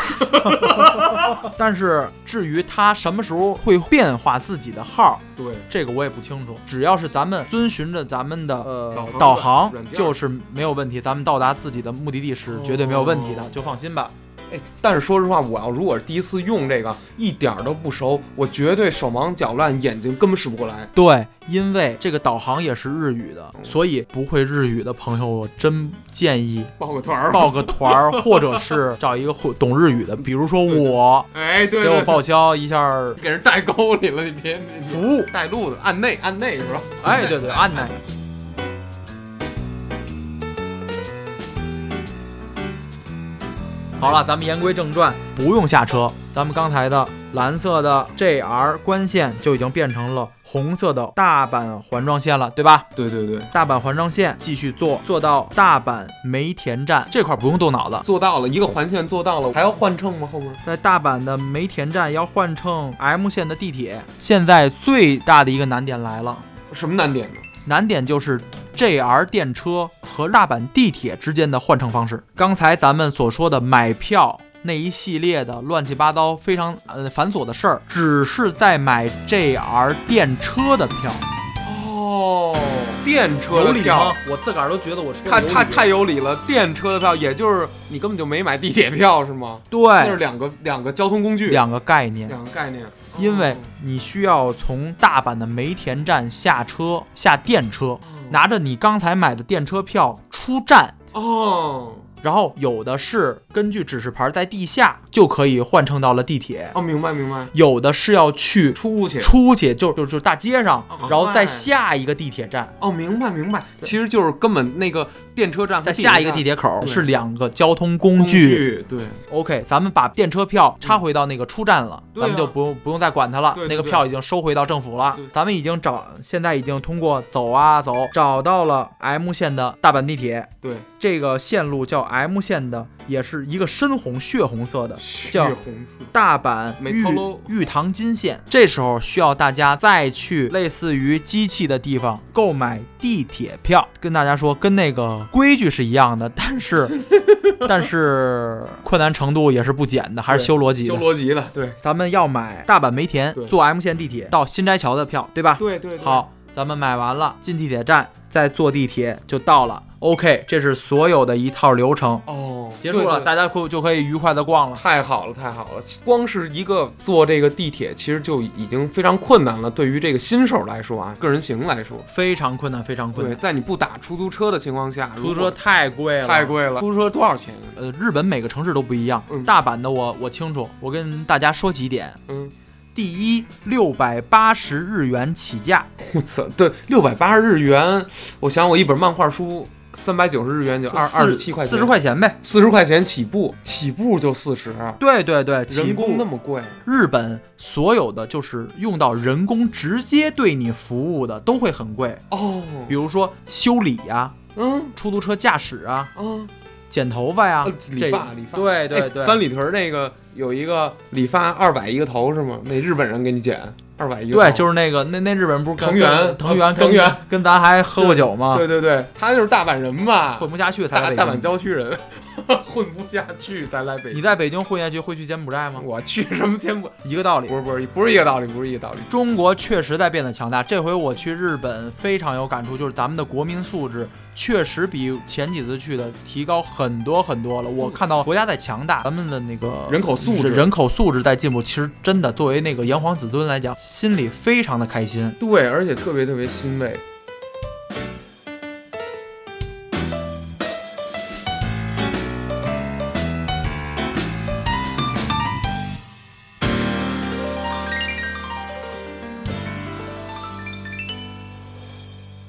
B: 但是，至于它什么时候会变化自己的号，
A: 对
B: 这个我也不清楚，只要是咱们遵循着咱们的
A: 导
B: 呃
A: 航
B: 导航
A: 软，件
B: 就是没有问题。咱们到达自己的目的地时
A: 哦
B: 绝对没有问题的，就放心吧。
A: 哎，但是说实话，我要如果是第一次用这个，一点儿都不熟，我绝对手忙脚乱，眼睛根本使不过来。
B: 对，因为这个导航也是日语
A: 哦
B: 的，所以不会日语的朋友，我真建议
A: 报个团儿吧。
B: 报个团儿，或者是找一个会懂日语的，比如说我，
A: 哎，对
B: 给我
A: 对对，
B: 报销一下儿
A: 给人带沟里了，你别你
B: [LAUGHS] 服
A: 别
B: 务。
A: 带路的，按内按内是吧？
B: 哎，对对，按耐。好了，咱们言归正传，不用下车。咱们刚才的蓝色的 JR 关线就已经变成了红色的大阪环状线了，对吧？
A: 对对对，
B: 大阪环状线继续坐，坐到大阪梅田站这块儿不用动脑子，
A: 做到了一个环线做到了，还要换乘吗？后面？
B: 在大阪的梅田站要换乘 M 线的地铁。现在最大的一个难点来了，
A: 什么难点呢？
B: 难点就是 JR 电车和大阪地铁之间的换乘方式。刚才咱们所说的买票那一系列的乱七八糟、非常呃繁琐的事儿，只是在买 JR 电车的票。
A: 哦，电车的票，？
B: 我自个儿都觉得我说
A: 太太太有理了。电车的票，也就是你根本就没买地铁票是吗？那是
B: 对，
A: 两个两个交通工具，
B: 哎两个概念。
A: 两个概念。
B: 因为
A: 哦
B: 你需要从大阪的梅田站下车，
A: 哦
B: 下电车，拿着你刚才买的电车票出站，
A: 哦，
B: 然后有的是根据指示牌在地下就可以换乘到了地铁，
A: 哦，明白明白，
B: 有的是要去
A: 出去。
B: 出去，就就就大街上
A: 哦，
B: 然后在
A: 哎
B: 下一个地铁站，
A: 哦，明白明白，其实就是根本那个电车站和
B: 在下一个
A: 站
B: 地铁口
A: 对
B: 是两个交通
A: 工
B: 工具。
A: 具，对，
B: OK，咱们把电车票插回到那个出站了，
A: 对啊
B: 咱们就不用不用再管它了。
A: 对对
B: 那个
A: 对
B: 票已经收回到政府了
A: 对，
B: 咱们已经找，现在已经通过走啊走找到了 M 线的大阪地铁。
A: 对，
B: 这个线路叫 M 线的，也是一个深红血红色的，
A: 血
B: 叫
A: 红色，
B: 大阪
A: 没
B: 玉
A: 透露
B: 玉堂金线，这时候需要大家再去类似于机器的地方购买地铁票。跟大家说，跟那个规矩是一样的，
A: [LAUGHS]
B: 但是但是困难程度也是不减的，还是
A: 对
B: 修逻辑
A: 修
B: 的。
A: 罗辑的，对，
B: 咱们要买大阪梅田
A: 对
B: 坐 M 线地铁到新斋桥的票，对吧？
A: 对对，对，
B: 好，咱们买完了，进地铁站，再坐地铁就到了。OK，这是所有的一套流程。
A: 哦，
B: 结束
A: 对
B: 了，
A: 对
B: 大家可就可以愉快的逛了。
A: 太好了，太好了！光是一个坐这个地铁，其实就已经非常困难了。对于这个新手来说啊，个人行来说，
B: 非常困难，非常困
A: 对，
B: 难。
A: 在你不打出租车的情况下，
B: 出租
A: 如果
B: 车太贵了，
A: 太。贵了，出租车多少钱？
B: 呃，日本每个城市都不一样。
A: 嗯
B: 大阪的我我清楚，我跟大家说几点。
A: 嗯，
B: 第一，六百八十日元起价，
A: 我操，对，六百八十日元，我想我一本漫画书。三百九十日元就二二十七块钱，
B: 四十块钱呗。
A: 四十块钱起步，起步就四十，
B: 对对对，起
A: 人工那
B: 步。
A: 么贵，
B: 日本所有的就是用到人工直接对你服务的都会很贵，
A: 哦，
B: 比如说修理呀、
A: 嗯
B: 出租车驾驶啊、
A: 嗯，
B: 剪头发呀、
A: 啊
B: 这
A: 理发理发，
B: 对对
A: 哎
B: 对，
A: 三里屯儿那个有一个理发二百一个头是吗？那日本人给你剪二百一个头，
B: 对，就是那个那那日本人不是跟
A: 藤原啊
B: 跟藤原
A: 藤原
B: 跟跟咱还喝过酒吗？
A: 对对对，他就是大阪人嘛，
B: 混不下去才来
A: 大
B: 北
A: 大阪
B: 京。
A: 郊区人， [LAUGHS] 混不下去才来北
B: 你
A: 京。
B: 在北京混下去会去柬埔寨吗？
A: 我去什么柬埔寨？
B: 一个道理
A: 不。是不是不是一个道理，不是一个道理。
B: 中国确实在变得强大。这回我去日本非常有感触，就是咱们的国民素质确实比前几次去的提高很多很多了。我看到国家在强大，咱们的那个
A: 人口素质
B: 嗯人口素质在进步。其实真的，作为那个炎黄子孙来讲，心里非常的开心。
A: 对，而且特别特别欣慰。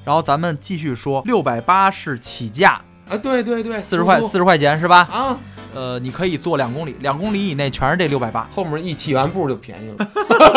B: 然后咱们继续说，六百八是起价，
A: 啊，对对对，
B: 四十块
A: 出租
B: 四十块钱是吧？
A: 啊，
B: 呃，你可以坐两公里，两公里以内全是这六百八。
A: 后面一起完步就便宜了，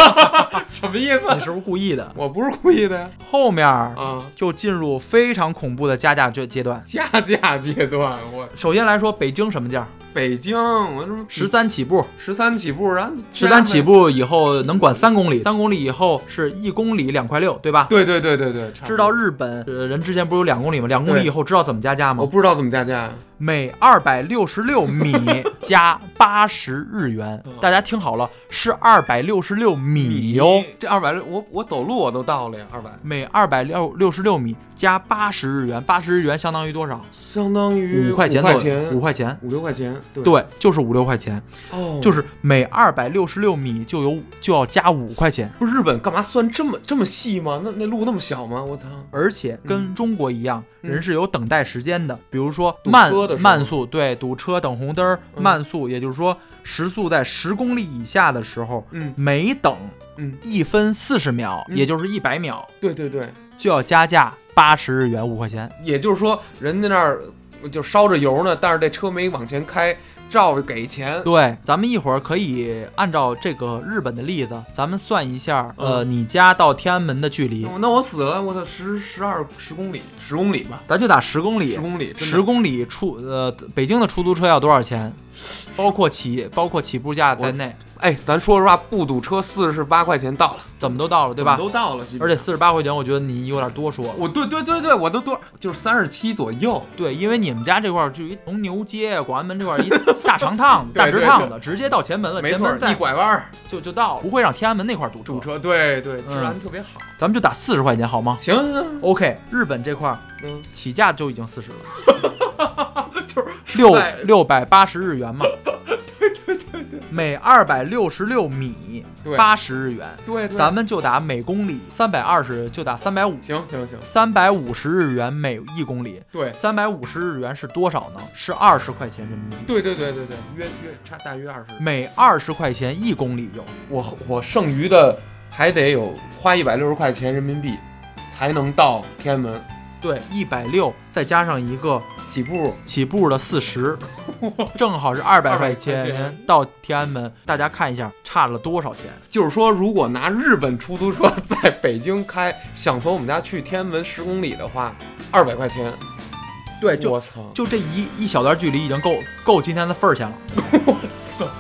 A: [LAUGHS] 什么意
B: 你
A: 思？
B: 是不是故意的？
A: 我不是故意的呀！
B: 后面儿
A: 啊，
B: 就进入非常恐怖的加价阶阶段。
A: 加价阶段，我
B: 首先来说，北京什么价？
A: 北京我什么
B: 十三起步，
A: 十三起步，然后
B: 十三起，步以后能管三公里，三公里以后是一公里两块六，对吧？
A: 对对对对对，差不多
B: 知道日本呃人之前不是有哦两公里吗？两公里
A: 对
B: 以后知道怎么加价
A: 我
B: 吗？
A: 不知道怎么加价，
B: 每二百六十六米加八十日元，大家听好了，是二百六十六米哟。
A: 这二百我我走路我都到了呀，二百
B: 每二百六六十六米加八十日元，八十日元相当于多少？
A: 相当于
B: 五块钱
A: 五块
B: 左右，
A: 钱
B: 五块钱。
A: 五六块钱，对
B: 对，就是五六块钱，
A: 哦，
B: 就是每二百六十六米就有就要加五块钱。
A: 不是日本干嘛算这么这么细吗？那那路那么小吗？我操！
B: 而且跟中国一样，
A: 嗯
B: 人是有等待时间的。比如说
A: 堵
B: 慢
A: 车的时候
B: 慢速，对，堵车等红灯儿，
A: 嗯
B: 慢速，也就是说时速在十公里以下的时候，
A: 嗯
B: 每等
A: 嗯，
B: 一分四十秒，
A: 嗯
B: 也就是一百秒，
A: 对对对，
B: 就要加价八十日元，五块钱。
A: 也就是说人家那儿就烧着油呢，但是这车没往前开，照着给钱。
B: 对，咱们一会儿可以按照这个日本的例子，咱们算一下，
A: 嗯
B: 呃，你家到天安门的距离
A: 那，我那我死了，我操，十十二十公里，嗯十公里吧，
B: 咱就打十公里
A: 十，公里，真的
B: 十公里出呃，北京的出租车要多少钱？包括起包括起步价在
A: 我
B: 内，
A: 哎，咱说实话，不堵车四十八块钱到了，
B: 怎么都到了，对吧？
A: 啊怎么都到了，基本
B: 而且
A: 上
B: 四十八块钱，我觉得你有点多说了。
A: 我对对对对，我都多就是三十七左右，
B: 对，因为你们家这块儿就一从牛街、啊广安门这块儿一大
A: [LAUGHS]
B: 长趟子、大直趟子，直接到前门了，
A: 没
B: 前
A: 错
B: 门
A: 儿，一
B: 再
A: 拐弯儿
B: 就就到了，不会让天安门那块儿堵
A: 堵
B: 车。
A: 车，对对，治
B: 嗯
A: 安特别好。
B: 咱们就打四十块钱好吗
A: 行行
B: ？OK，日本这块儿
A: 行，
B: 起价就已经四十了，
A: 嗯 [LAUGHS] 嗯，就是
B: 六
A: 哎 [LAUGHS]
B: 六百八十日元嘛。对对对对。每二百六十六米
A: 对
B: 八十日元，
A: 对，对
B: 咱们就打每公里三百二十，就打三百五，
A: 行行行，
B: 三百五十日元每一公里。
A: 对
B: 三百五十日元是多少呢？是二十块钱人民币，
A: 对对对对对，约约差大约二十。
B: 每二十块钱一公里有。
A: 我我剩余的还得有花一百六十块钱人民币，才能到天安门
B: 对，一百六再加上一个
A: 起步。
B: 起步的四十，正好是二百块
A: 200块钱
B: 钱到天安门。大家看一下差了多少钱？
A: 就是说，如果拿日本出租车在北京开，想从我们家去天安门十公里的话，二百块钱。
B: 对，就
A: 我操！
B: 就这一一小段距离已经够够今天的份儿钱了。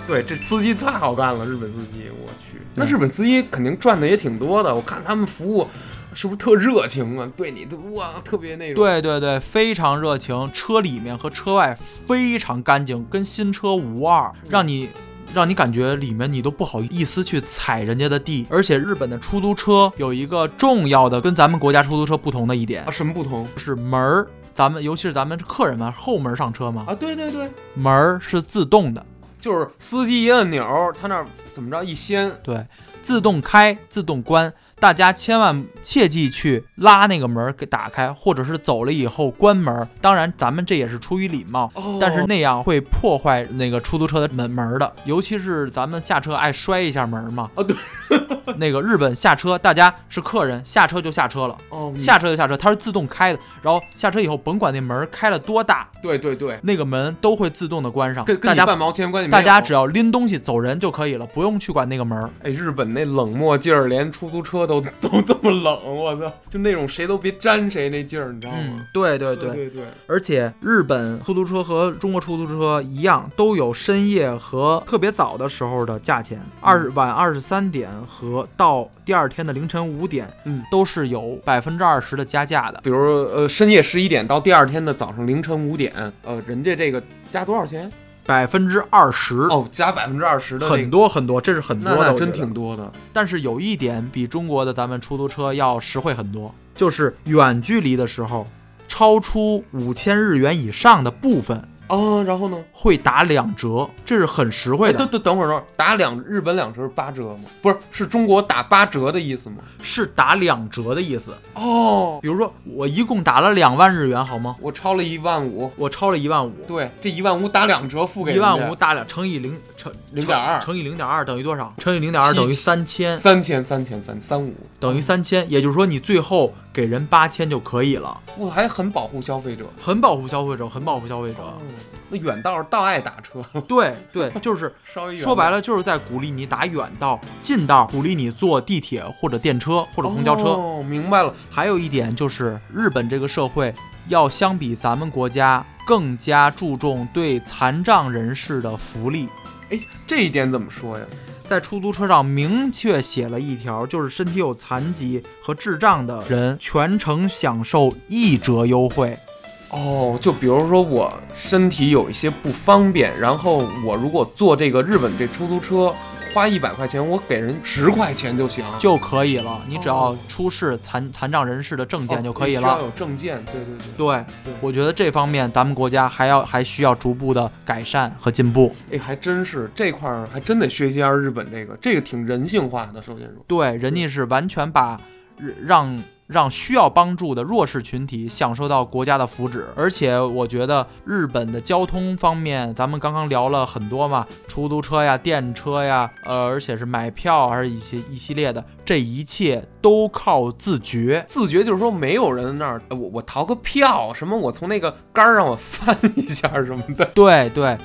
A: 对，这司机太好干了，日本司机，我去。那日本司机肯定赚的也挺多的，我看他们服务是不是特热情啊？对你，哇，特别那种。
B: 对对对，非常热情，车里面和车外非常干净，跟新车无二，让你。让你感觉里面你都不好意思去踩人家的地，而且日本的出租车有一个重要的跟咱们国家出租车不同的一点
A: 啊，，什么不同
B: 就是门儿，咱们尤其是咱们客人嘛，后门上车嘛，
A: 啊？对对对，
B: 门儿是自动的，
A: 就是司机一按钮，他那儿怎么着一掀，
B: 对，自动开、自动关，大家千万切记去拉那个门儿给打开，或者是走了以后关门儿。当然，咱们这也是出于礼貌，
A: 哦
B: 但是那样会破坏那个出租车的门门儿的，尤其是咱们下车爱摔一下门儿嘛。
A: [LAUGHS] 哦对，
B: 那个日本下车，大家是客人，下车就下车了。
A: 哦，
B: 下车就下车，它是自动开的，然后下车以后，甭管那门儿开了多大，
A: 对对对，
B: 那个门都会自动的关上。
A: 跟跟
B: 大
A: 你
B: 家
A: 半毛钱关系没
B: 大
A: 有。
B: 家只要拎东西走人就可以了，不用去管那个门儿。
A: 哎，日本那冷漠劲儿，连出租车都 [LAUGHS] 都这么冷，我操！就那种谁都别沾谁那劲儿，你知道
B: 嗯
A: 吗？，
B: 对对
A: 对对对，
B: 而且日本出租车和中国出租车一样，都有深夜和特别早的时候的价钱，二晚二十三点和到第二天的凌晨五点，
A: 嗯，
B: 都是有百分之二十的加价的。
A: 比如呃深夜十一点到第二天的早上凌晨五点，呃，人家这个加多少钱？
B: 百分之二十，
A: 哦，加百分之二十的、那个
B: 很多很多，这是很多
A: 那
B: 的，
A: 那
B: 我觉
A: 真
B: 得
A: 挺多的。
B: 但是有一点比中国的咱们出租车要实惠很多，就是远距离的时候，超出五千日元以上的部分
A: 哦，然后呢？
B: 会打两折，这是很实
A: 哎，
B: 惠
A: 等
B: 的，
A: 等等会儿，等会儿，打两日本两折是八折吗？不是，是中国打八折的意思吗？
B: 是打两折的意思。
A: 哦，
B: 比如说我一共打了两万日元，好吗？
A: 我超了一万五，
B: 我超了一万五，
A: 对，这一万五打两折付给
B: 一
A: 人家
B: 万五打两乘以零乘
A: 0.2
B: 乘以零点二等于多少？乘以零点二
A: 七
B: 等于三千，
A: 三千三千三三五，
B: 等于三千，也就是说你最后给人八千就可以了，
A: 我还很保护消费者。
B: 很保护消费者，很保护消费者。
A: 嗯那远道儿倒爱打车， [LAUGHS]
B: 对对，就是
A: 稍微远
B: 说白
A: 了
B: 了就是在鼓励你打远道，近道鼓励你坐地铁或者电车或者公交车。
A: 哦，明白了，
B: 还有一点就是，日本这个社会要相比咱们国家更加注重对残障人士的福利。
A: 这一点怎么说呀？
B: 在出租车上明确写了一条，就是身体有残疾和智障的人全程享受一折优惠。
A: 哦，就比如说我身体有一些不方便，然后我如果坐这个日本这出租车，花一百块钱，我给人十块钱就行，
B: 就可以了，你只要
A: 哦
B: 出示残残障人士的证件就可以
A: 哦需要
B: 了。
A: 有证件，对对对。
B: 对
A: 对，
B: 我觉得这方面咱们国家还要还需要逐步的改善和进步。
A: 哎，还真是这块儿，还真得学习一下日本这个，这个挺人性化的。首先说，
B: 对，人家是完全把呃让让需要帮助的弱势群体享受到国家的福祉，而且我觉得日本的交通方面，咱们刚刚聊了很多嘛，出租车呀、电车呀，呃，而且是买票还是一些一系列的，这一切都靠自觉。
A: 自觉就是说，没有人在那儿，呃我我淘个票，什么我从那个杆儿上我翻一下什么的，
B: 对对。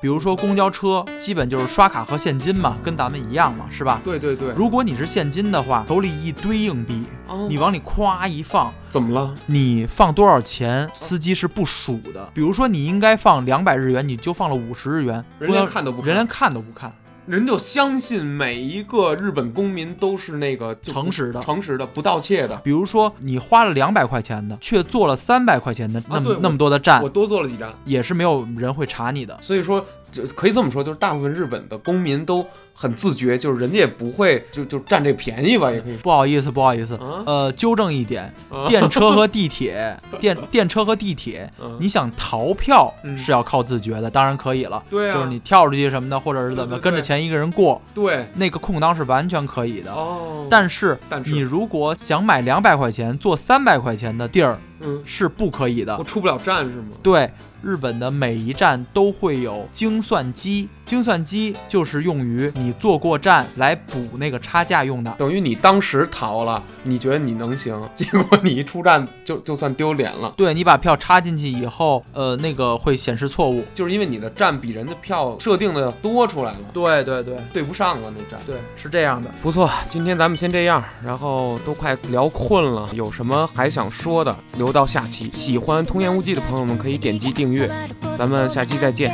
B: 比如说公交车，基本就是刷卡和现金嘛，跟咱们一样嘛，是吧？
A: 对对对，
B: 如果你是现金的话，手里一堆硬币，
A: 哦
B: 你往里咵一放，
A: 怎么了？
B: 你放多少钱，司机是不数的。比如说你应该放两百日元，你就放了五十日元，
A: 人连看都不看
B: 人连看都不看。
A: 人就相信每一个日本公民都是那个就不
B: 诚实的
A: 诚实的、不盗窃的。
B: 比如说你花了两百块钱的，却坐了三百块钱的那么、
A: 啊对
B: 那
A: 我
B: 么多的站
A: 我，多做了几张，
B: 也是没有人会查你的。
A: 所以说就可以这么说，就是大部分日本的公民都很自觉，就是人家也不会就就占这便宜吧，也可以
B: 不好意思，不好意思，
A: 啊
B: 呃，纠正一点，
A: 啊
B: 电车和
A: [LAUGHS]
B: 地铁，电电车和地铁，
A: 嗯
B: 你想逃票
A: 嗯
B: 是要靠自觉的，当然可以了，
A: 对啊，
B: 就是你跳出去什么的，或者是怎么
A: 对对对
B: 跟着前一个人过，
A: 对
B: 那个空档是完全可以的。
A: 哦，
B: 但是
A: 但是
B: 你如果想买两百块钱坐三百块钱的地儿
A: 嗯，
B: 是不可以的
A: 我。出不了站是吗？
B: 对，日本的每一站都会有精算机，精算机就是用于你坐过站来补那个差价用的。
A: 等于你当时逃了，你觉得你能行， [LAUGHS] 结果你一出站就就算丢脸了，
B: 对你把票插进去以后，呃，那个会显示错误。
A: 就是因为你的站比人家票设定的要多出来了，
B: 对对对
A: 对不上了那站。
B: 对，是这样的。
A: 不错，今天咱们先这样，然后都快聊困了，有什么还想说的，留到下期。喜欢《童言无忌》的朋友们可以点击订阅。咱们下期再见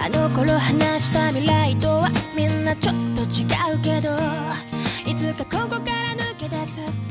D: あの頃話した未来とはみんなちょっと違うけどいつかここから抜け出すって